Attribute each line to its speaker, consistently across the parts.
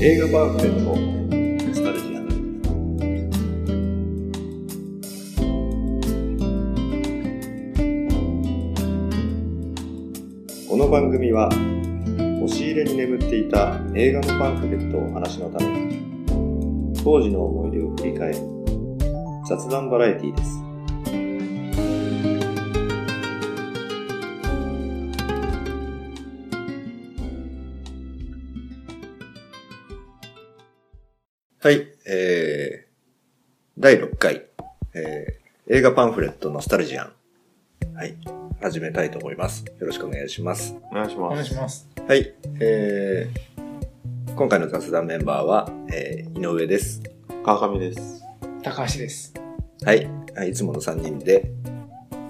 Speaker 1: 映画パンフレットのスタルジア。この番組は押し入れに眠っていた映画のパンフレットを話のために当時の思い出を振り返る雑談バラエティーです。はい、えー、第6回、えー、映画パンフレットノスタルジアン。はい、始めたいと思います。よろしくお願いします。
Speaker 2: お願いし
Speaker 3: お
Speaker 2: ま
Speaker 3: 願い
Speaker 2: す。
Speaker 3: します。
Speaker 1: はい、えー、今回の雑談メンバーは、えー、井上です。
Speaker 2: 川上です。
Speaker 3: 高橋です。
Speaker 1: はい、はい、いつもの3人で、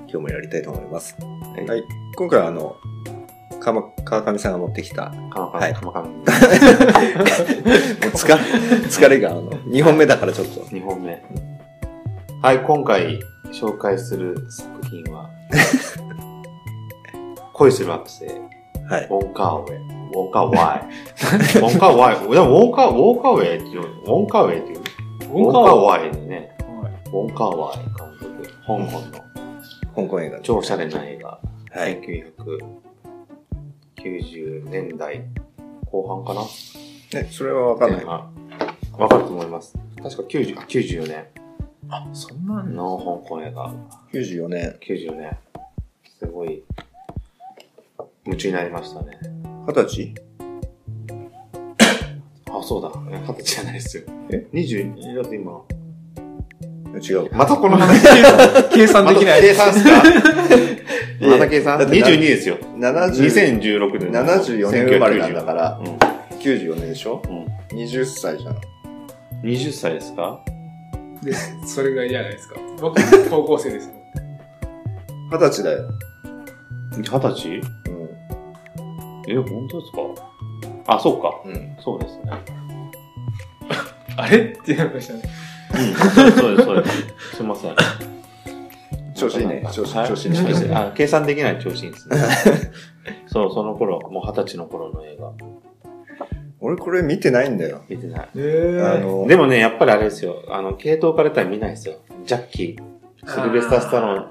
Speaker 1: 今日もやりたいと思います。
Speaker 2: はい
Speaker 1: はい、今回はあの、かま、川上さんが持ってきた、も
Speaker 2: 川上、
Speaker 1: はい
Speaker 2: 川上。
Speaker 1: う疲れ、 疲れが、あの、2本目だからちょっと、
Speaker 2: 2本目。はい、今回紹介する作品 は、恋する惑星、ウ
Speaker 1: はい、
Speaker 2: ォンカーウェイ、ウォンカーウァイ。ウォンカーウァイ、でもウォンカー、ウォンカーウェイっていう、ウォンカーウェイっていう、ウォンカー
Speaker 3: は
Speaker 2: ウァイでね、
Speaker 3: い。
Speaker 2: ウォンカーワイ監督、香港の
Speaker 1: 香港映画。
Speaker 2: 超おしゃれな映画、
Speaker 1: はい、
Speaker 2: 1990年代後半かな
Speaker 1: ね、それはわかんない。
Speaker 2: あわかると思います。確か90あ94年
Speaker 3: あ、そんなん
Speaker 2: の香港映画。
Speaker 1: 94年、
Speaker 2: 94年。すごい、夢中になりましたね。
Speaker 1: 二十歳
Speaker 2: あ、そうだ。いや二十歳じゃないですよ。
Speaker 1: え
Speaker 2: ?22 だって今。
Speaker 1: 違う。
Speaker 2: またこの話。
Speaker 3: 計算できない。
Speaker 2: 計算っす か
Speaker 1: いや
Speaker 2: また計算
Speaker 1: だってな
Speaker 2: ?22 ですよ。
Speaker 1: 70
Speaker 2: 2016年。
Speaker 1: 74年生まれなんだから
Speaker 2: 1990。
Speaker 1: 94年でしょ
Speaker 2: うん。うん
Speaker 1: ?20 歳じゃん。
Speaker 2: 20歳ですか
Speaker 3: です。それぐらいじゃないですか。僕、高校生ですもん。
Speaker 1: 二十歳だよ。
Speaker 2: 二十歳
Speaker 1: うん。
Speaker 2: え、本当ですかあ、そうか。
Speaker 1: うん。
Speaker 2: そうですね。
Speaker 3: あれってなりましたね。
Speaker 2: そうです、そうです。すいません。
Speaker 1: 調子いいね。調子、
Speaker 2: はい
Speaker 1: 調子いいね。
Speaker 3: 調子いいね
Speaker 2: あ計算できない調子いいですね。そう、その頃、もう二十歳の頃の映画。
Speaker 1: 俺これ見てないんだよ。
Speaker 2: 見てない。
Speaker 3: え
Speaker 1: あ
Speaker 3: ー。
Speaker 1: の、。
Speaker 2: でもね、やっぱりあれですよ。あの、系統から言ったら見ないですよ。ジャッキー。シルベスター・スタローン。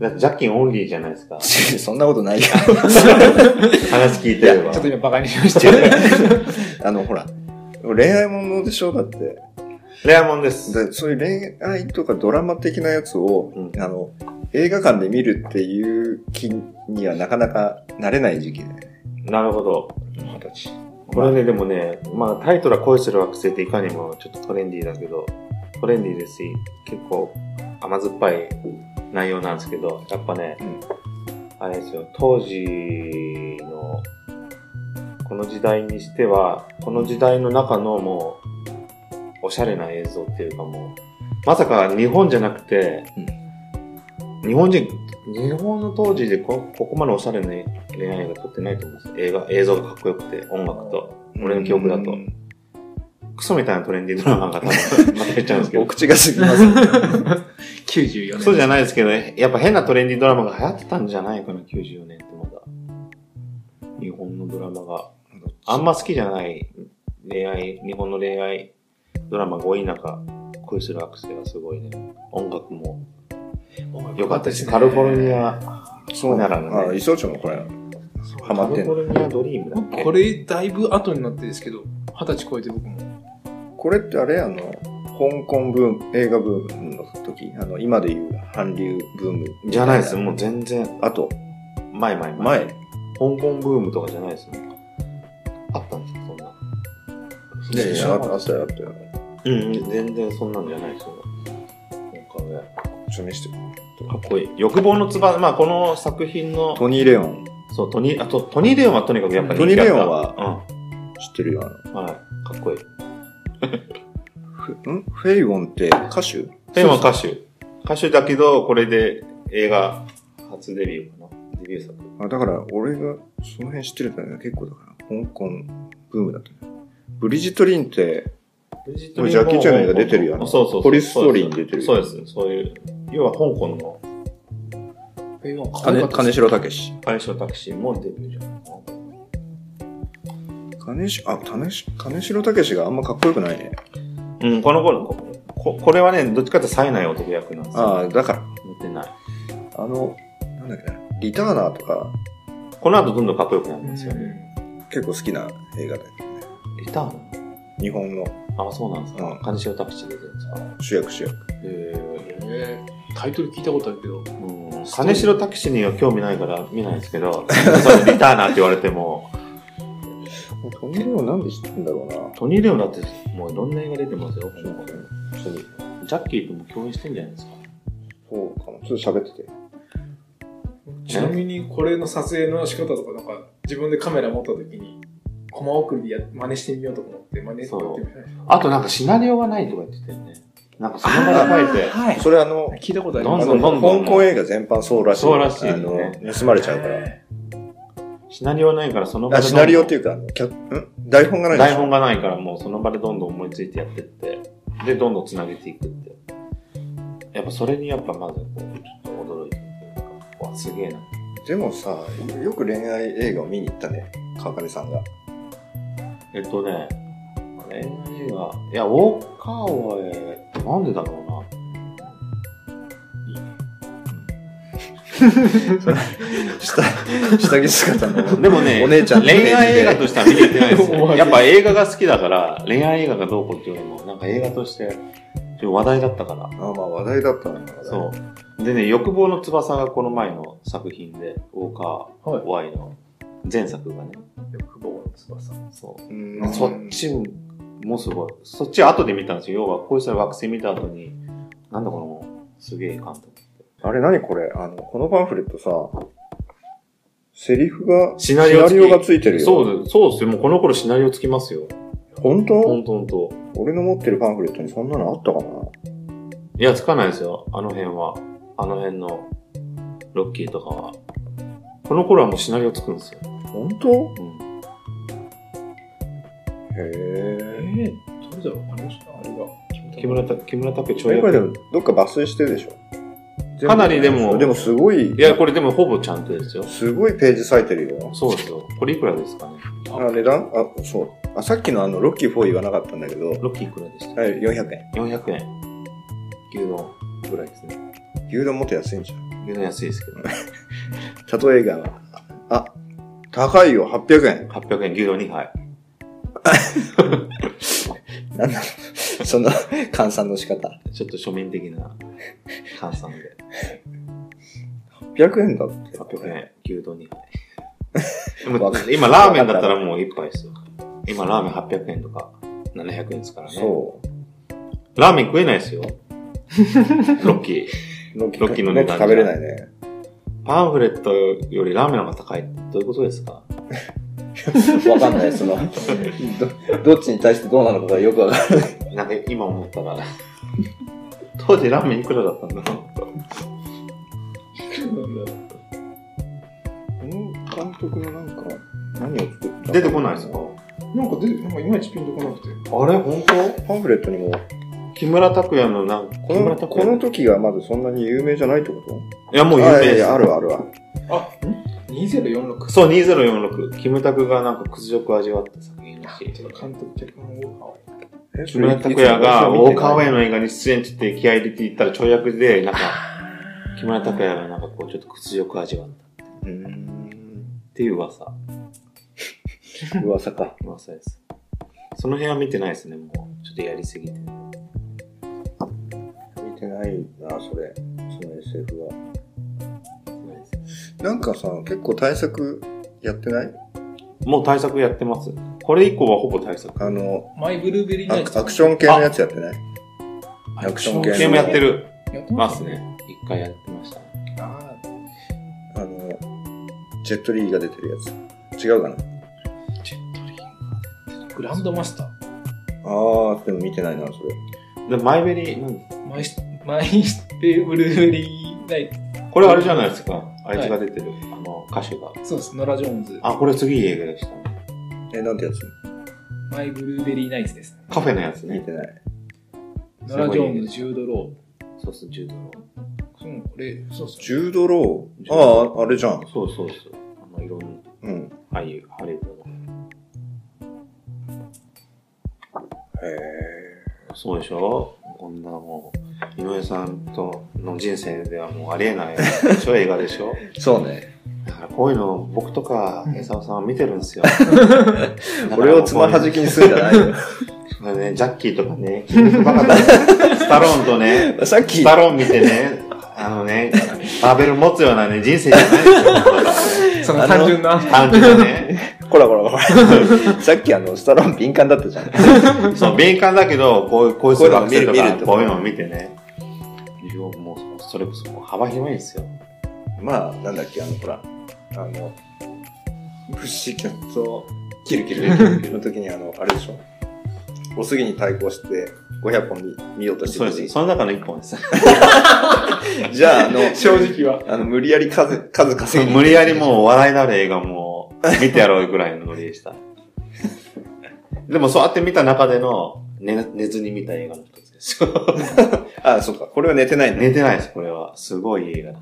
Speaker 2: だってジャッキーオンリーじゃないです か
Speaker 1: そんなこと ないよ。
Speaker 2: 話聞いてれば
Speaker 3: ちょっ。と今バカにしました ね。
Speaker 1: あの、ほら、恋愛ものでしょだって。
Speaker 2: レアモンです。
Speaker 1: でそういう恋愛とかドラマ的なやつを、
Speaker 2: うん
Speaker 1: あの、映画館で見るっていう気にはなかなかなれない時期で。
Speaker 2: なるほど。
Speaker 1: 二十歳。
Speaker 2: これね、でもね、まあタイトルは恋する惑星っていかにもちょっとトレンディーだけど、トレンディーですし、結構甘酸っぱい内容なんですけど、やっぱね、
Speaker 1: うん
Speaker 2: あれですよ、当時の、この時代にしては、この時代の中のもう、おしゃれな映像っていうかもう、まさか日本じゃなくて、日本人、日本の当時でこここまでおしゃれな恋愛が撮ってないと思うんです映画、映像がかっこよくて、音楽と。俺の記憶だと
Speaker 1: うん
Speaker 2: クソみたいなトレンディードラマが多分、また言っちゃうんですけ
Speaker 1: お
Speaker 2: ど。
Speaker 1: 口が過ぎます。
Speaker 2: そ
Speaker 3: 94
Speaker 2: う
Speaker 3: 年。
Speaker 2: じゃないですけど、やっぱ変なトレンディードラマが流行ってたんじゃないかな、94年ってまだ。日本のドラマが。あんま好きじゃない恋愛、日本の恋愛ドラマが多い中、恋するアクセがすごいね。音楽も良かったし、カルフォルニア、
Speaker 1: そうな
Speaker 2: な
Speaker 1: ら
Speaker 2: ら
Speaker 1: ね。
Speaker 2: ね
Speaker 1: あ、磯町もこれ、ハマ
Speaker 2: カ
Speaker 1: っ
Speaker 2: ル
Speaker 1: てん
Speaker 2: フ
Speaker 1: の。
Speaker 2: ォルニアドリームだっけ
Speaker 3: これ、だいぶ後になってですけど、二十歳超えて僕も。
Speaker 1: これってあれあの、香港ブーム、映画ブームの時、あの、今で言う韓流ブームみたな。
Speaker 2: じゃないです。もう全然、
Speaker 1: あと、
Speaker 2: 前前前。
Speaker 1: 前。
Speaker 2: 香港ブームとかじゃないですね。あったんですか、そんな。
Speaker 1: いやいや、あった
Speaker 2: う
Speaker 1: あったよ、あったよ。
Speaker 2: ん、全然そんなんじゃないですよ。なんかね、
Speaker 1: ちょ、見して。
Speaker 2: かっこいい。欲望の翼、まあこの作品の、
Speaker 1: トニー・レオン、
Speaker 2: そう、トニー、あと、トニー・レオンはとにかくやっぱり
Speaker 1: トニーレオンは
Speaker 2: は、
Speaker 1: 知ってるよ、あの。
Speaker 2: うん、はい、かっこいい。
Speaker 1: ふんフェイウォンって歌手
Speaker 2: テーマ歌手。歌手だけど、これで映画初デビューかな。デビュー作。
Speaker 1: あ、だから、俺がその辺知ってるんだよね。結構だから、香港ブームだったね。ブリジット・リンって、
Speaker 2: ジ
Speaker 1: もうジャッキーチェンの映画出てるよね
Speaker 2: そうそうそう。
Speaker 1: ポリスストーリーに出てる
Speaker 2: そうです。そういう、要は香港の
Speaker 1: 金金城武
Speaker 2: 会社タクシーもデビューじゃん。
Speaker 1: 金し、あ、金し、金城武があんまかっこよくないね。
Speaker 2: うん、この頃、こここれはね、どっちかっていうと冴えない男役なんですよ。
Speaker 1: ああ、だから、
Speaker 2: 持ってない。
Speaker 1: あの、なんだっけな、リターナーとか
Speaker 2: この後どんどんかっこよくなるんですよね。
Speaker 1: 結構好きな映画で、
Speaker 2: リターン
Speaker 1: 日本の
Speaker 2: あ、そうなんです
Speaker 1: う
Speaker 2: か
Speaker 1: ん。
Speaker 2: 金城拓司出てるんですか。
Speaker 1: 主役主役。
Speaker 2: へ
Speaker 3: うんえータイトル聞いたことあるけど、
Speaker 2: ーうん金城拓司には興味ないから見ないですけど、 それリターナーって言われても、
Speaker 1: トニー・レオンなんで知ってんだろうな。
Speaker 2: トニー・レオンだってもういろんな映画出てますよ。
Speaker 1: そうかね。ちょっと
Speaker 2: ジャッキーとも共演してんじゃないですか。
Speaker 1: そうかも。ちょっと喋ってて。
Speaker 3: ちなみにこれの撮影の仕方とか、なんか自分でカメラ持った時に、コマ送りでや真似してみようとか思って、真似してやってみたいな
Speaker 2: あとなんかシナリオがないとか言ってたよね。なんかその場で書いて。
Speaker 3: はい。
Speaker 1: それあの、
Speaker 3: 聞いたことあり
Speaker 1: あ
Speaker 3: ま
Speaker 2: ど
Speaker 3: す
Speaker 2: んどんどんどん
Speaker 1: の香港映画全般そうらしい。
Speaker 2: そうらしいね
Speaker 1: あの、盗まれちゃうから。
Speaker 2: シナリオないからその場
Speaker 1: あ、
Speaker 2: でどん
Speaker 1: シ
Speaker 2: どん。
Speaker 1: ナリオっていうか、あの脚ん台本がないんで
Speaker 2: 台
Speaker 1: しょ
Speaker 2: 本がないからもうその場でどんどん思いついてやってって、で、どんどん繋げていくって。やっぱそれにやっぱまずこう、ちょっと驚いてというか、わ、すげえな。
Speaker 1: でもさ、よく恋愛映画を見に行ったね。川上さんが。
Speaker 2: えっとね、恋愛が、いや、大川へ、なんでだろ
Speaker 1: 下、下着姿
Speaker 2: うな。
Speaker 1: の。
Speaker 2: でも ね、
Speaker 1: お姉ちゃんの
Speaker 2: 恋愛映画としては見れてないです
Speaker 3: 思わ
Speaker 2: よ。
Speaker 3: ず
Speaker 2: やっぱ映画が好きだから、恋愛映画がどうこうっていうよりも、なんか映画として、ちょっと話題だったから。
Speaker 1: あ、まあ話題だったんだから。
Speaker 2: そう。でね、欲望の翼がこの前の作品で、ウォーカー・ワイの前作がね、
Speaker 3: 欲望の翼。
Speaker 2: そうう。
Speaker 1: ん。
Speaker 2: そっちもすごい。そっち後で見たんですよ。要は、こうした惑星見た後に、なんだこの、すげえ監督。
Speaker 1: あれ何これあの、このパンフレットさ、セリフが、
Speaker 2: シナリオ付き
Speaker 1: がついてるよ。
Speaker 2: そうです。そうですよ。もうこの頃シナリオつきますよ。
Speaker 1: 本当、
Speaker 2: トントンと。
Speaker 1: 俺の持ってるパンフレットにそんなのあったかない
Speaker 2: や、つかないですよ。あの辺は。あの辺の、ロッキーとかは。この頃はもうシナリオつくんですよ。
Speaker 1: 本当
Speaker 2: うん。
Speaker 3: え
Speaker 1: へえ。
Speaker 3: ー、どれだろうありましたあれが。
Speaker 2: 木村拓、木村拓哉ち
Speaker 1: こ
Speaker 2: ょい
Speaker 1: れ
Speaker 2: 役
Speaker 1: でも、どっか抜粋してるでしょ
Speaker 2: かなりでも
Speaker 1: でもすごい、
Speaker 2: いや、これでもほぼちゃんとですよ。
Speaker 1: すごいページ割いてるよ。
Speaker 2: そうですよ。これいくらですかね。
Speaker 1: あ、値段あ、そう。あ、さっきのあの、ロッキー4言わなかったんだけど、
Speaker 2: ロッキーいくらでした
Speaker 1: はい、400円。
Speaker 2: ?400 円。牛丼ぐらいですね。
Speaker 1: 牛丼もっと安いんじゃん。
Speaker 2: 牛丼安いですけど、ね、
Speaker 1: 例えが、あ、高いよ、800円。
Speaker 2: 800円、牛丼2杯。
Speaker 1: なんなのその、換算の仕方。
Speaker 2: ちょっと庶民的な換算で。
Speaker 1: 800円だって。
Speaker 2: 800円、牛丼2杯。でも
Speaker 1: わか
Speaker 2: 今ラーメンだったらもう1杯ですよ。今ラーメン800円とか700円ですからね。
Speaker 1: そ
Speaker 2: ラーメン食えないですよ。 ロッキー。
Speaker 1: う。ロッキ
Speaker 2: ロッキーの値段じゃ
Speaker 1: 食べれないね。
Speaker 2: パンフレットよりラーメンの方が高いってどういうことですか
Speaker 1: わかんない、そ の、ど、どっちに対してどうなのかがよくわかる。
Speaker 2: なんか今思ったら、 当時ラーメンいくらだったんだろ
Speaker 1: この監督のなんか、何を作った
Speaker 2: う。出てこないですか
Speaker 3: なんか出て、なんかいまいちピンとこなくて。
Speaker 2: あれ本当
Speaker 1: パンフレットにも、
Speaker 2: 木村拓哉のなんか、
Speaker 1: こ
Speaker 2: 木村
Speaker 1: の、
Speaker 2: 拓
Speaker 1: こ
Speaker 2: 哉
Speaker 1: の時がまずそんなに有名じゃないってこ
Speaker 2: いや、も
Speaker 1: と
Speaker 2: う有
Speaker 1: あ
Speaker 2: 名
Speaker 1: いやい
Speaker 2: です。
Speaker 1: やあるわあるわ。
Speaker 3: あ、ん ?2046。
Speaker 2: そう、2046。キムタクがなんか屈辱を味わった作品らしい。
Speaker 3: 監督、脚本、ウォーカーを。
Speaker 1: え
Speaker 2: 木村拓哉が、
Speaker 1: それ
Speaker 2: 大
Speaker 1: いつ
Speaker 2: 川への映画に出演って気合い入れていったら、跳躍で、なんか、木村拓哉がなんかこう、ちょっと屈辱を味わったっ
Speaker 1: うーん。
Speaker 2: ていう噂。
Speaker 1: 噂か。
Speaker 2: 噂です。その辺は見てないですね、もう。ちょっとやりすぎて。
Speaker 1: 見てないな、それ。その SF は。なんかさ、結構対策やってない
Speaker 2: もう対策やってます。これ以降はほぼ対策。
Speaker 1: あの、
Speaker 3: マイブルーベリー
Speaker 1: ア
Speaker 3: ナイ
Speaker 1: ク
Speaker 3: ツ。
Speaker 1: アクション系のやつやってないアクション系
Speaker 2: ゲームやって。る。
Speaker 3: やって
Speaker 2: ま
Speaker 3: ますすね。
Speaker 2: ね。一回やってました、ね。
Speaker 3: あー
Speaker 1: あの、ジェットリーが出てるやつ。違うかな
Speaker 3: グランドマスター。
Speaker 1: あー、でも見てないな、それ。
Speaker 2: で、マイベリー、なん
Speaker 3: マイス、マイブルーベリーナイ
Speaker 2: これあれじゃないですか。あいつが出てる、あの、歌手が。
Speaker 3: ツ。そうです、ノラ・ジョーンズ。
Speaker 2: あ、これすげえいい映画でしたね。
Speaker 1: え、なんてやつ
Speaker 3: マイブルーベリーナイツですね。
Speaker 2: カフェのやつ
Speaker 1: 見
Speaker 2: ね。
Speaker 1: てない。
Speaker 3: ノラ・ジョーンズ、ジュード・ロ
Speaker 2: そうそう、10ド
Speaker 3: ー。うん、これ、そうそう。
Speaker 1: 10ドロー。ああ、あれじゃん
Speaker 2: ル。。そうそうそう。あの、いろん
Speaker 1: うん。
Speaker 2: な、ああいう、ハリウッドの。そうでしょこんなもう、井上さんとの人生ではもうありえない、超映画でしょ
Speaker 1: そうね。
Speaker 2: だからこういうの僕とか、江沢さんは見てるんですよ。
Speaker 1: 俺をつまはじきにするんじゃないよ。
Speaker 2: だからね、ジャッキーとかね、キングバカだねスタローンとね、
Speaker 1: さっき
Speaker 2: ス、タローン見てね、あのね、バーベル持つようなね、人生じゃないですよ。
Speaker 3: その単純な。
Speaker 2: 単純にね。
Speaker 1: こらこらこら。 さっきあの、スタローン敏感だったじゃん。
Speaker 2: そう、敏感だけど、こういう、こういう姿を見ると
Speaker 1: こういうの見る
Speaker 2: か
Speaker 1: 見、ると
Speaker 2: こういうのを見てね。いやもう、それこそもう幅広いんですよ。
Speaker 1: まあ、なんだっけ、あの、ほら、あの、不思議な、そう、キルキルの時にあの、あれでしょおすぎに対抗して500本見見ようとして
Speaker 2: そう
Speaker 1: る
Speaker 2: です。
Speaker 1: 時
Speaker 2: その中の一本です。
Speaker 1: じゃあ、あの、
Speaker 3: 正直は。
Speaker 1: あの、無理やり数、数稼ぎに
Speaker 2: 無理やりもう笑いのある映画も見てやろうぐらいのノリでした。でもそうやって見た中での寝寝ずに見た映画の一つです。
Speaker 1: あ、そうか。これは寝てないね。
Speaker 2: 寝てないです、これは。すごいいい映画だ。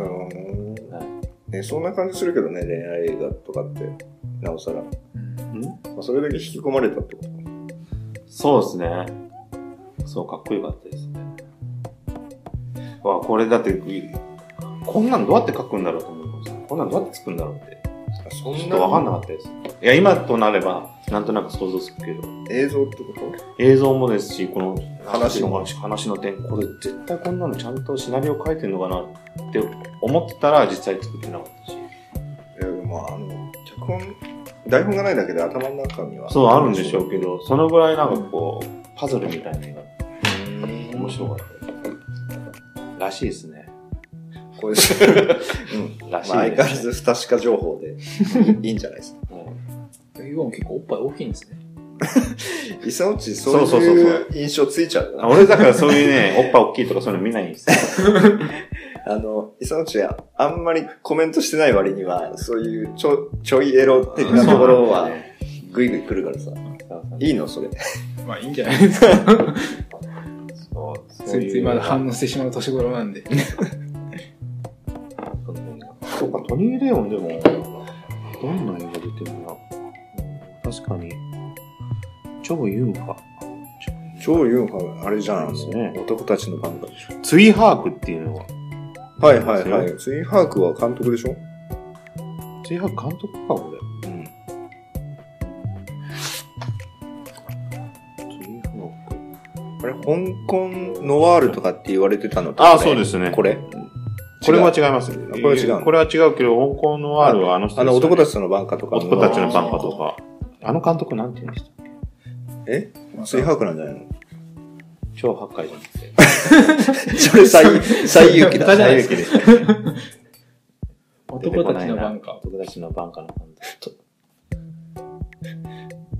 Speaker 1: うーん。ね、そんな感じするけどね、恋愛映画とかって、なおさら。まあ、それだけ引き込まれたってこと
Speaker 2: そうですね。そう、かっこよかったですね。わ、これだって、こんなんどうやって書くんだろうと思いました。こんなんどうやって作るんだろうって。
Speaker 1: あそ
Speaker 2: ちょっ
Speaker 1: ん
Speaker 2: とわかん
Speaker 1: な
Speaker 2: なかったです。いや、今となれば、なんとなく想像するけど。
Speaker 1: 映像ってこと
Speaker 2: 映像もですし、この
Speaker 1: 話も
Speaker 2: 話話の点、これ絶対こんなのちゃんとシナリオ書いてんのかなって思ってたら実際作ってなかったし。
Speaker 1: えー、まあ、あの、脚本、台本がないだけで頭の中には。
Speaker 2: そう、あるんでしょうけど、そのぐらいなんかこう、パズルみたいなのが面白かった。らしいですね。
Speaker 1: これ、 うん。
Speaker 2: ら
Speaker 1: まあ、
Speaker 2: しい
Speaker 1: 相変わら
Speaker 2: です、
Speaker 1: ず
Speaker 2: ね。
Speaker 1: 不確か情報 でいいんじゃないですか。
Speaker 2: うん
Speaker 3: ユゴン結構おっぱい大きいんですね。
Speaker 1: いさおち、
Speaker 2: そ
Speaker 1: そう
Speaker 2: そう
Speaker 1: う
Speaker 2: そうそう
Speaker 1: いう印象ついちゃうよな。
Speaker 2: 俺だからそういうね、おっぱい大きいとかそういうの見ないんですよ。
Speaker 1: あの、いさおちはあんまりコメントしてない割には、そういうちょちょいエロ的なところは、ぐいぐい来るからさ。いいのそれ。
Speaker 3: まあいいんじゃないですか。
Speaker 2: そう、そ
Speaker 3: つ
Speaker 2: う
Speaker 3: い
Speaker 2: いう
Speaker 3: ついまだ反応してしまう年頃なんで。
Speaker 2: そうか、トニー・レオンでも、どんな映画出てるのかな確かに、超ユンファ。
Speaker 1: 超ユンファ、あれじゃん、あ
Speaker 2: そうですね
Speaker 1: の男たちの番組でしょ。
Speaker 2: ツイ・ハークっていうのは、
Speaker 1: はいはいはい。ツインハークは監督でしょ
Speaker 2: ツイ・ハーク監督か、これ。
Speaker 1: うん。
Speaker 2: ツイ・ハーク。
Speaker 1: あれ、香港ノワールとかって言われてたのとか、
Speaker 2: ああ、そうですね。
Speaker 1: これ
Speaker 2: これは
Speaker 1: 違う
Speaker 2: 違います。こ
Speaker 1: れは違う
Speaker 2: これは違うけど、香港のワールはあの人
Speaker 1: あの、男た
Speaker 2: ち。
Speaker 1: ちの番家とか。
Speaker 2: 男たちのパンパとか。あの監督なんて言うんでした
Speaker 1: え
Speaker 3: ま
Speaker 1: ツインハークなんじゃないの
Speaker 2: 超破壊じゃなく て。
Speaker 1: それ、最、最勇気だ。
Speaker 3: じゃないです
Speaker 2: か。
Speaker 3: 男たちの番か。
Speaker 2: 男たちのバンカーの監督。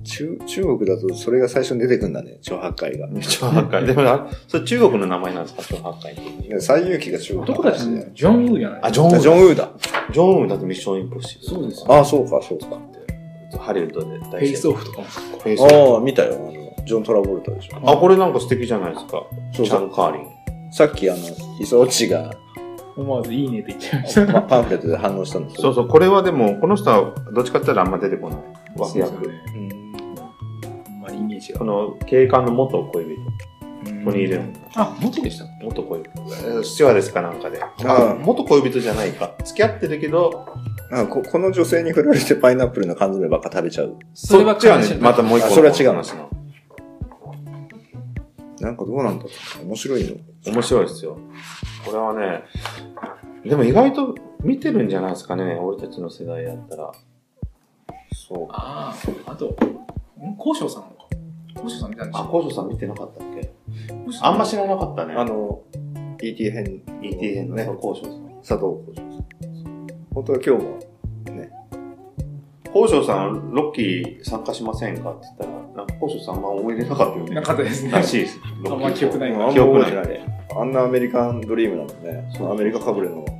Speaker 1: 中、中国だとそれが最初に出てくんだね、超破壊が。
Speaker 2: 超破壊。でも、あそれ中国の名前なんですか超破壊って。
Speaker 1: 最勇気が中国
Speaker 3: 男たちのジョン・ウーじゃない
Speaker 2: あ、
Speaker 3: ジ
Speaker 2: ジョン・ウ
Speaker 1: あ
Speaker 2: ー
Speaker 1: ジョン・ウーだ。
Speaker 2: ジョン・ウンだとミッション・インポッシブル。
Speaker 3: そうですよ
Speaker 1: ああ、そうか、そうか。
Speaker 2: ハリウッドで大
Speaker 3: ョン・フェイスオ
Speaker 2: フ。
Speaker 3: フとかも。
Speaker 2: フェイスオフ。
Speaker 1: ああ、見たよ。あの、ジョン・トラボルタでしょ。
Speaker 2: あ、これなんか素敵じゃないですか。
Speaker 1: そう
Speaker 2: チ
Speaker 1: そ
Speaker 2: ャ
Speaker 1: う。
Speaker 2: ン・カーリン。
Speaker 1: さっき、あの、イソオチが、
Speaker 3: 思わずいいねって言っちゃいました。
Speaker 1: まパンフレットで反応したんですけ
Speaker 2: そ
Speaker 1: ど。
Speaker 2: うそう、これはでも、この人はどっちかって言ったらあんま出てこない。脇
Speaker 3: そう
Speaker 2: 役。
Speaker 3: ですよね。
Speaker 1: うん
Speaker 3: あんまりイメージが
Speaker 2: こ。の警官の元恋人、
Speaker 3: うん
Speaker 2: トニー・レオン。
Speaker 3: あ、元でした。
Speaker 2: 元恋人。えースチュアですかなんかで。あ元恋人じゃないか。付き合ってるけど、
Speaker 1: あここの女性に振られてパイナップルの缶詰ばっか食べちゃう。
Speaker 3: それ
Speaker 2: そ
Speaker 3: は
Speaker 2: っちはね
Speaker 3: 悲し、い
Speaker 2: またもう一個
Speaker 1: あ
Speaker 2: の。
Speaker 1: それは違うの
Speaker 2: 話の
Speaker 1: なんかどうなんだろう面白いの
Speaker 2: 面白いですよ。これはね、でも意外と見てるんじゃないですかね、俺たちの世代だったら。
Speaker 1: そうか。
Speaker 3: ああ、あと、ん高翔さんのか。高翔さん見たんでし
Speaker 2: あ、
Speaker 3: ょ
Speaker 2: 工場さん見てなかったっけあんま知らなかったね。
Speaker 1: あの、ET 編、
Speaker 2: ET 編のね
Speaker 1: ね、
Speaker 2: 交渉さん。
Speaker 1: 佐藤浩次。本当は今日も、
Speaker 2: 交渉さん、ロッキー参加しませんかって言ったら、なんか交渉さんあんま思い入れなかったよね。
Speaker 3: なかったですね。
Speaker 2: らしいです。
Speaker 3: あんま記憶ないから
Speaker 1: あん
Speaker 2: 記
Speaker 1: ま
Speaker 2: 憶
Speaker 1: 覚
Speaker 2: な
Speaker 1: え
Speaker 2: い。
Speaker 1: てない。あんなアメリカンドリームなのね。そのアメリカかぶれのく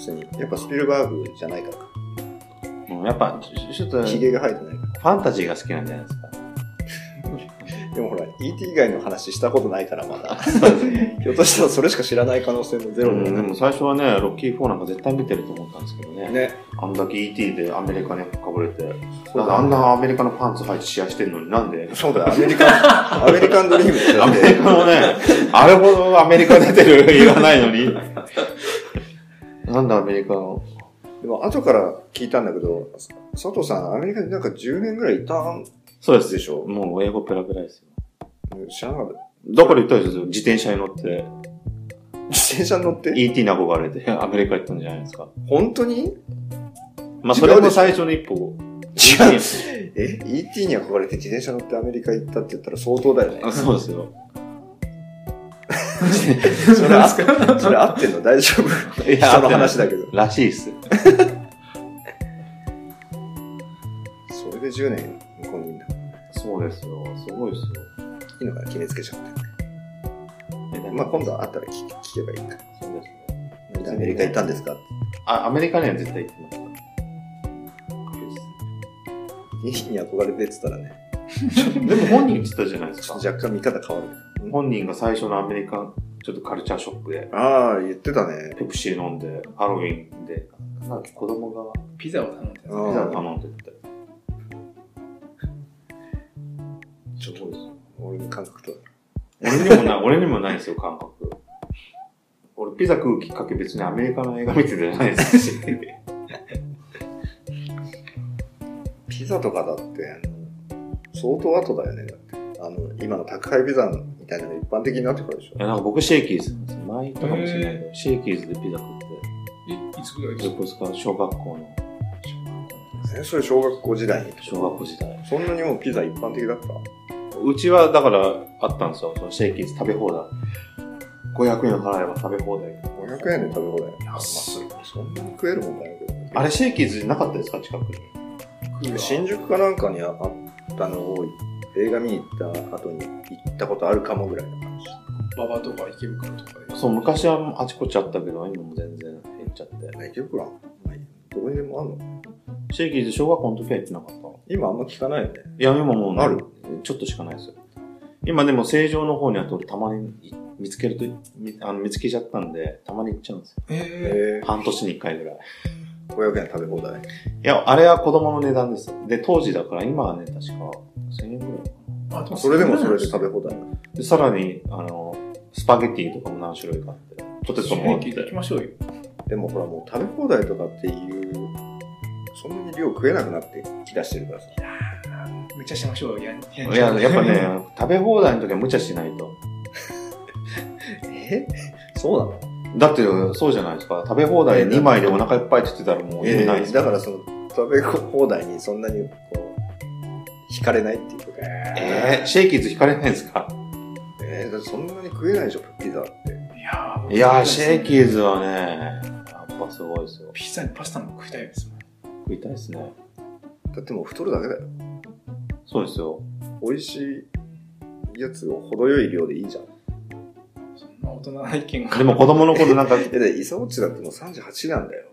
Speaker 1: せに。やっぱスピルバーグじゃないからか。
Speaker 2: うんやっぱ、ちょちょっと、フ
Speaker 1: ヒゲが生えてないか
Speaker 2: ァンタジーが好きなんじゃないですか。
Speaker 1: でもほら、ET 以外の話したことないからまだ。 ひょっとしたらそれしか知らない可能性もゼロ
Speaker 2: うん
Speaker 1: で
Speaker 2: で
Speaker 1: も
Speaker 2: も最初はね、ロッキー4なんか絶対見てると思ったんですけどね。
Speaker 1: ね。
Speaker 2: あんだけ ET でアメリカにかぶれて、なんであんなアメリカのパンツ履いて試合してんのになんで
Speaker 1: そうだよ、アメリカン、 アメリカンドリームでしょ
Speaker 2: アメリカのね、あれほどアメリカ出てる言わないのに。 なんでアメリカの。
Speaker 1: でも後から聞いたんだけど、佐藤さん、アメリカになんか10年ぐらいいたん
Speaker 2: そうです
Speaker 1: で。しょ
Speaker 2: もう英語ペラペラですよ。
Speaker 1: 知らなかった。
Speaker 2: どこで行ったんですよ自転車に乗って、
Speaker 1: 自転車に乗って
Speaker 2: ET に憧れてア メリカ行ったんじゃないですか。
Speaker 1: 本当に違うで
Speaker 2: まあそ
Speaker 1: しょ
Speaker 2: れも最初の一歩。
Speaker 1: 違う
Speaker 2: ET。
Speaker 1: え ?ET に憧れて自転車乗ってアメリカ行ったって言ったら相当だよね。
Speaker 2: あそうですよ。
Speaker 1: それあそれ合ってんの大丈夫
Speaker 2: い
Speaker 1: 人の話だけど。
Speaker 2: らしいっす。
Speaker 1: それで10年向こうにいんだ。い
Speaker 2: そうですよ。すごいですよ。
Speaker 1: いのかな決めつけちゃって。まあ今度会ったら聞け聞けばいいか。
Speaker 2: そうですね。
Speaker 1: なんでアメリカ行ったんですか
Speaker 2: あ、アメリカには絶対行ってまし
Speaker 1: ?ET に憧れてって言ったらね、
Speaker 2: た。でも本人言ってたじゃないです
Speaker 1: ちょ
Speaker 2: か
Speaker 1: っ。と若干見方変わる。
Speaker 2: 本人が最初のアメリカン、ちょっとカルチャーショックで、
Speaker 1: ああ、言ってたね。
Speaker 2: ペプシー飲んで、ハロウィンで、なんか子供が
Speaker 3: ピザを頼んでたんです
Speaker 1: う
Speaker 3: ね
Speaker 1: ん
Speaker 2: ピザ頼んでって。
Speaker 1: ちょっと俺の感覚と。
Speaker 2: 俺にもない、俺にもないですよ、感覚。俺、ピザ食うきっかけ別にアメリカの映画見てたじゃないですし。
Speaker 1: ピザとかだって、あの相当後だよね。だってあの、今の宅配ピザみたいなのが一般的になってくるでしょ
Speaker 2: い。やなんか僕、シェーキーズなんですよ。前行ったかもしれないけど、シェーキーズでピザ食って、
Speaker 3: えいつぐらいで
Speaker 2: そ
Speaker 3: す
Speaker 2: れ
Speaker 3: か
Speaker 2: こそ小学校の、
Speaker 1: え、それ小学校時代に。
Speaker 2: 小学校時代。
Speaker 1: そんなにもうピザ一般的だった
Speaker 2: うちは、だから、あったんですよ。そのシェーキーズ食べ放題。500円払えば食べ放題。
Speaker 1: ?500 円で食べ放題。
Speaker 3: 安い
Speaker 1: まあそんなに食えるもんだけど。
Speaker 2: あれ、シェーキーズなかったですか近くに。
Speaker 1: 新宿かなんかにあったのを映画見に行った後に行ったことあるかもぐらいの感じ。
Speaker 3: ババとか池袋とかで
Speaker 2: そう、昔はあちこちあったけど、今も全然減っちゃって。
Speaker 1: 大丈夫かなまあどこにでもあんの
Speaker 2: シェーキーズ小学校の時は行ってなかった
Speaker 1: 今あんま聞かないよね。
Speaker 2: いや、今もう、
Speaker 1: ある
Speaker 2: ちょっとしかないですよ。今でも正常の方にあって俺たまに見つけると、みあの見つけちゃったんで、たまに行っちゃうんですよ。
Speaker 3: え
Speaker 1: え
Speaker 2: 半年に1回ぐらい。
Speaker 1: ー、500円食べ放題。
Speaker 2: いや、あれは子供の値段です。で、当時だから、今はね、確か1000円ぐらいか
Speaker 3: ーあ
Speaker 1: それでもそれで
Speaker 3: 食
Speaker 1: 食べ放題。
Speaker 2: な。で、さらに、あの、スパゲッティとかも何種類かあって、ポテトもあっ
Speaker 3: 聞いていき
Speaker 2: て。
Speaker 3: ましょうよ
Speaker 1: でもほらもう食べ放題とかっていう、そんなに量食えなくなってきだしてるからさ。
Speaker 3: 無茶しましょうよい
Speaker 2: いや、やっぱね、食べ放題の時は無茶しないと。
Speaker 1: えそうなの
Speaker 2: だって、そうじゃないですか。食べ放題2枚でお腹いっぱいって言ってたらもう意味ないです
Speaker 1: だからその食べ放題にそんなにこう、惹かれないっていうか。
Speaker 2: えー、シェイキーズ引かれないんですか
Speaker 1: えー、だってそんなに食えないでしょ、ピザって。
Speaker 3: いやー
Speaker 2: いやー、シェイキーズはね、やっぱすごいですよ。
Speaker 3: ピザにパスタも食いたいですもん
Speaker 2: 食いたいですね。
Speaker 1: だってもう太るだけだよ。
Speaker 2: そうですよ。
Speaker 1: 美味しいやつを程よい量でいいじゃん。
Speaker 3: そんな大人な意見が
Speaker 2: でも子供の頃なんか、で
Speaker 1: え、で、イサオチだってもう38なんだよ。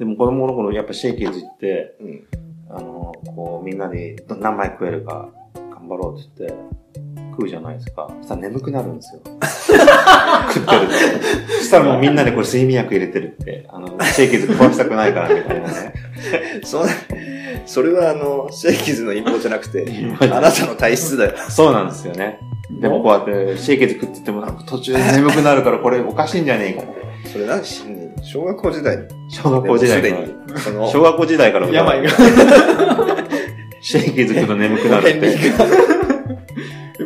Speaker 2: も子供の頃やっぱシェイキーズ行って、
Speaker 1: うん。
Speaker 2: あの、こうみんなでど何枚食えるか頑張ろうって言って、食うじゃないですか。そしたら眠くなる んですよ。食ってると。そしたらもうみんなでこれ睡眠薬入れてるって、あの、シェイキーズ壊したくないからみたいなね。
Speaker 1: そんな、それはあの、シェイキーズの陰謀じゃなくて、あ なたの体質だよ。
Speaker 2: そうなんですよね。でもこうやってシェイキーズ食っててもなんか途中で眠くなるからこれおかしいんじゃねえかって。
Speaker 1: それ何し、小学校時代に。
Speaker 2: 小学校時代から
Speaker 1: で。もすでに、そ
Speaker 2: 小
Speaker 1: の、
Speaker 2: 学校時代から
Speaker 3: 病が
Speaker 2: シェイキーズくと眠くなるっ
Speaker 1: 変に
Speaker 2: て。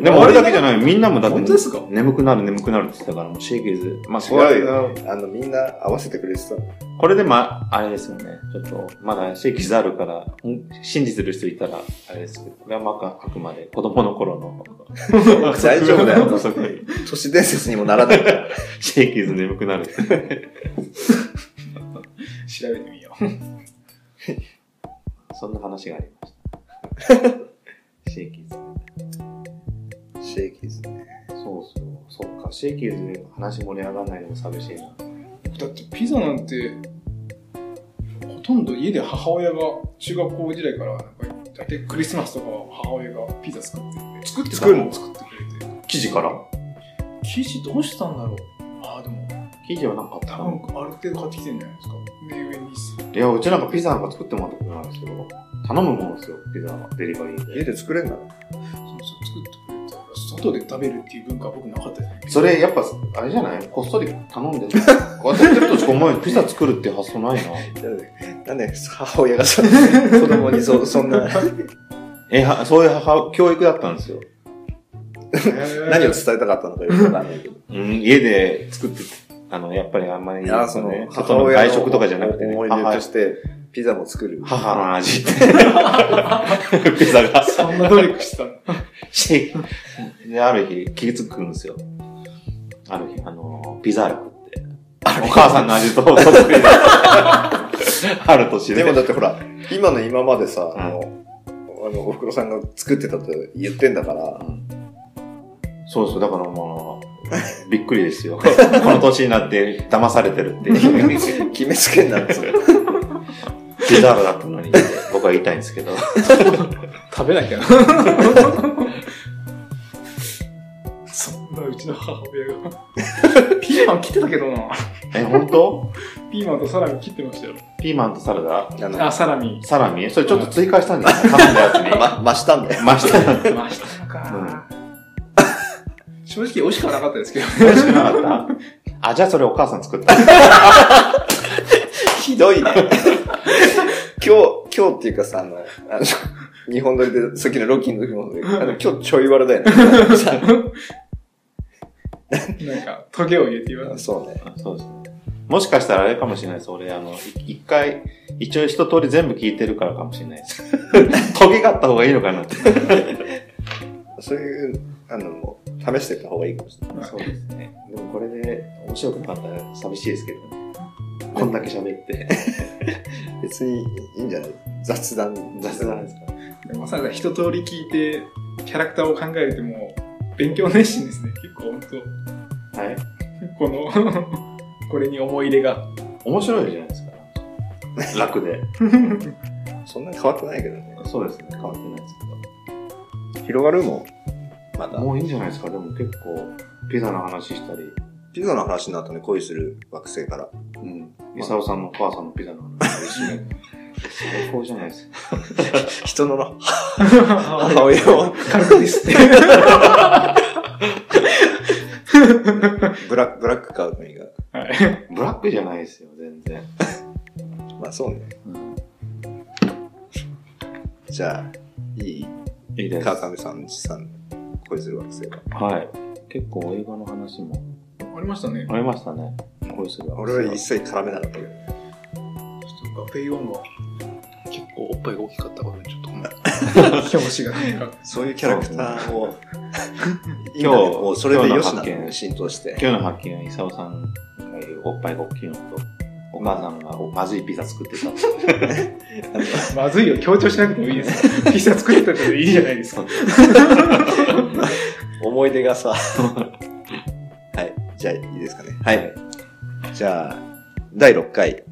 Speaker 2: でも俺だけじゃない、 みんなもだって
Speaker 3: 本当ですか
Speaker 2: 眠くなる眠くなるって言ってたから、もうシェイキーズ。まあこ
Speaker 1: 違う
Speaker 2: れ、
Speaker 1: よあの、みんな合わせてくれてたの。
Speaker 2: これでもああれですよね。ちょっと、まだシェイキーズあるから、ほん信じてる人いたら、あれですけど、これはまああくまで子供の頃 の。
Speaker 1: 大丈夫だよ
Speaker 2: 憶測
Speaker 1: 都市伝説にもならないから。
Speaker 2: シェイキーズ眠くなるって。
Speaker 3: 調べてみよう
Speaker 2: そんな話がありました。シェイキーズ。
Speaker 1: シェイキーズ。
Speaker 2: そうそう。そっか、シェイキーズで話盛り上がらないのも寂しいな。
Speaker 3: だってピザなんてほとんど家で母親が中学校時代からなんか大体クリスマスとかは母親がピザ作ってて作って
Speaker 1: 作るの
Speaker 3: 作ってくれて。
Speaker 2: 生地から
Speaker 3: 生地どうしたんだろうああ、でも、
Speaker 2: 生地はなんか
Speaker 3: 多分ある程度買ってきてんじゃないですか。で、上にす
Speaker 2: いや、うちなんかピザなんか作ってもらったことないですけど、頼むもんですよ、ピザは、デリバリー
Speaker 1: 家
Speaker 2: で。
Speaker 1: で作れんだ
Speaker 3: そうそう、作ってくれた。外で食べるっていう文化は僕なかったじゃないです
Speaker 2: それ、やっぱ、あれじゃないこっそり頼ん でる。こうやってやってるとしか思えないピザ作るっていう発想ないな。
Speaker 1: なんで、なんで母親がそ子供にそそんな、
Speaker 2: え、はそういう母、教育だったんですよ。
Speaker 3: か。
Speaker 1: 何を伝えたかったのかよくわかんないけど。
Speaker 2: うん、家で作って、あの、やっぱりあんまり、
Speaker 1: いや、その
Speaker 2: ね、
Speaker 1: 母
Speaker 2: 外の
Speaker 1: 親
Speaker 2: 外食とかじゃなくて、ね、
Speaker 1: 思い出として、ピザも作る。
Speaker 2: 母母の味。 ピザが。
Speaker 3: そんな努力したの。
Speaker 2: し、で、ある日、気づくんですよ。ある日、あのー、ピザール食って。お母さんの味と、そっ くりで。ある年
Speaker 1: で
Speaker 2: で。
Speaker 1: もだってほら、今の今までさ、
Speaker 2: ん
Speaker 1: あの、あのおふくろさんが作ってたと言ってんだから、
Speaker 2: うんそうそう、だからもう、びっく りですよ。この年になって騙されてるっていう。
Speaker 1: 決めつけになるんですよ。
Speaker 2: ピザールだったのに、僕は言いたいんですけど。
Speaker 3: 食べなきゃな。 そんなうちの母親が。 ピーマン切ってたけどな。
Speaker 2: え、本当
Speaker 3: ピーマンとサラミ切ってましたよ。
Speaker 2: ピーマンとサラダ
Speaker 1: あの、
Speaker 3: あ、サラミ。
Speaker 2: サラミそれちょっと追加したんで すよ。頼んだやつに。
Speaker 1: ま、増したんだよ。
Speaker 2: ました。
Speaker 3: ましたのか。正直美味しくはなかったですけど。
Speaker 2: 美 味しくなかったあ、じゃあそれお母さん作った。
Speaker 1: ひどいね。今日、今日っていうかさ、あの、あの、日本撮りで、さっきのロッキーの時も、あの、今日ちょい悪だよね。さ
Speaker 3: なんか、トゲを入れて言わな
Speaker 1: そうね。
Speaker 2: あそうですね。もしかしたらあれかもしれないです。俺、あの、い一回、一応一通り全部聞いてるからかもしれないです。 トゲがあった方がいいのかなって。
Speaker 1: そういう、あの、もう試してった方がいいかもしれない。
Speaker 3: そう
Speaker 2: ですね。でもこれで面白くなかったら寂しいですけどね。こんだけ喋って。
Speaker 1: 別にいいんじゃない雑談。
Speaker 2: 雑談ですか
Speaker 3: でもまさか一通り聞いて、キャラクターを考えるってもう、勉強熱心ですね。結構本当
Speaker 2: ら。はい。
Speaker 3: この、 これに思い入れ が。
Speaker 2: 面白いじゃないですか。楽で。
Speaker 1: そんなに変わってないけどね。
Speaker 2: そうですね。変わってないです
Speaker 1: 広がるもんま
Speaker 2: けど。
Speaker 1: だ。
Speaker 2: もういいんじゃないですか。でも結構、ピザの話したり、
Speaker 1: ピザの話になったね、恋する惑星から。
Speaker 2: うん。ミサオさんのお母さんのピザの話したりして、最高じゃないですか。
Speaker 1: 人の な
Speaker 3: 母
Speaker 1: 母親を
Speaker 3: 軽くですね。
Speaker 1: ブラック、ブラック買うのにが。
Speaker 3: はい。
Speaker 2: ブラックじゃないですよ、全然。
Speaker 1: まあそうね。じゃあ、いい
Speaker 2: いいです。
Speaker 1: 川上さん、ちさん、恋する惑星が。
Speaker 2: はい。結構映画の話も
Speaker 3: ありましたね。
Speaker 2: ありましたね。こういうする
Speaker 1: 俺は一切絡めなかったけど。
Speaker 3: ちょっとガペイオンは
Speaker 4: 結構おっぱいが大きかったことにちょっとごめん
Speaker 3: 表紙がなんか。
Speaker 1: そういうキャラクターを、
Speaker 2: 日
Speaker 1: 今もうそれでよしなの浸透して。
Speaker 2: 今日の発見は、イサオさんがいるおっぱいが大きいのと、お母さんがおまずいピザ作ってたっていう。
Speaker 3: まずいよ。強調しなくてもいい ですよ。ピザ作ってたっていいじゃないですか。
Speaker 1: 思い出が さ。はい。じゃあいいですかね。はい。じゃあ、第6回、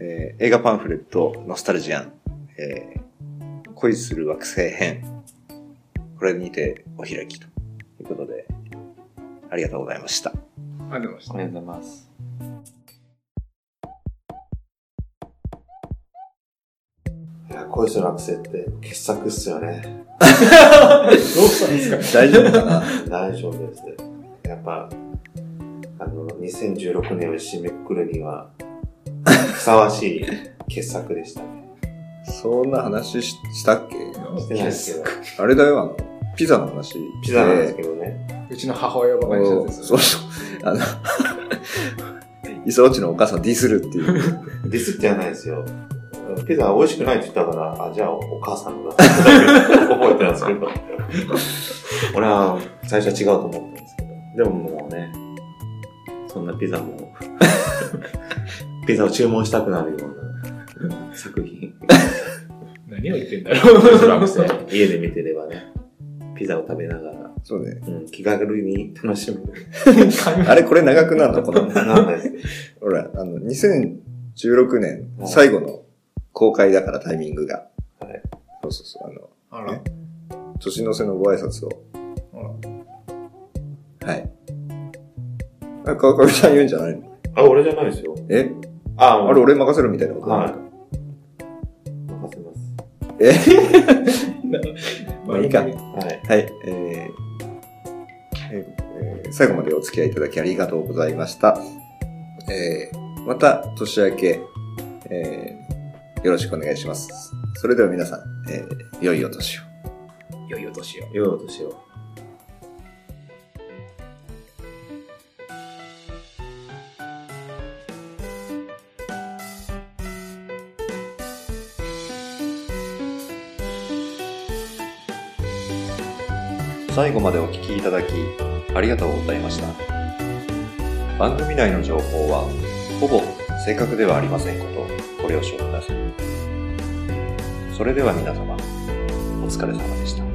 Speaker 1: えー映画パンフレット、ノスタルジアン、えー恋する惑星編。これにてお開きということで、ありがとうございました。
Speaker 3: ありがとうございました
Speaker 2: お。めでとうございます。いや、恋する惑星って傑作っすよね。
Speaker 3: どうしたんですか
Speaker 1: 大丈夫かな
Speaker 2: 大丈夫です。やっぱ、あの、2016年を締めくくるには、ふさわしい傑作でしたね。
Speaker 1: そんな話ししたっけ
Speaker 2: してないですけ ど、
Speaker 1: あれだよ、あの、ピザの話。
Speaker 2: ピザなんですけどね。
Speaker 3: うちの母親をバカにしたやつです
Speaker 1: そうそう。あの、イソオチのお 母さんディスるっていう。
Speaker 2: ディスってはないですよ。ピザ美味しくないって言ったから、あ、じゃあお母さん のだって覚えてますけど。俺は最初は違うと思ったんですけど。でももうね、そんなピザも、 ピザを注文したくなるような作品。
Speaker 3: 何を言ってんだ ろう。
Speaker 2: 家で見てればね、ピザを食べながら、
Speaker 1: そうね。
Speaker 2: うん、気軽に楽しむ。
Speaker 1: あれ、これ長くなるのこの、
Speaker 2: なんないです
Speaker 1: ほら、あの、2016年最後の公開だから、タイミングが。
Speaker 2: はい。
Speaker 1: そうそうそう。あの、
Speaker 3: あら。
Speaker 1: 年の瀬のご挨拶をはい。あ川上さん言うんじゃないの
Speaker 2: あ、俺じゃないですよ。
Speaker 1: え
Speaker 2: あ、
Speaker 1: あれ俺任せるみたいなこと
Speaker 2: はい。任せます。
Speaker 1: え
Speaker 3: ま
Speaker 1: まあいいか。
Speaker 2: はい。
Speaker 1: はい、えーえーえー最後までお付き合いいただきありがとうございました。えーまた年明け、えーよろしくお願いします。それでは皆さん、えー良いお年を。
Speaker 3: 良いお年を。
Speaker 2: 良いお年を。
Speaker 1: 最後までお聞きいただき、ありがとうございました。番組内の情報は、ほぼ正確ではありませんこと、ご了承ください。それでは皆様、お疲れ様でした。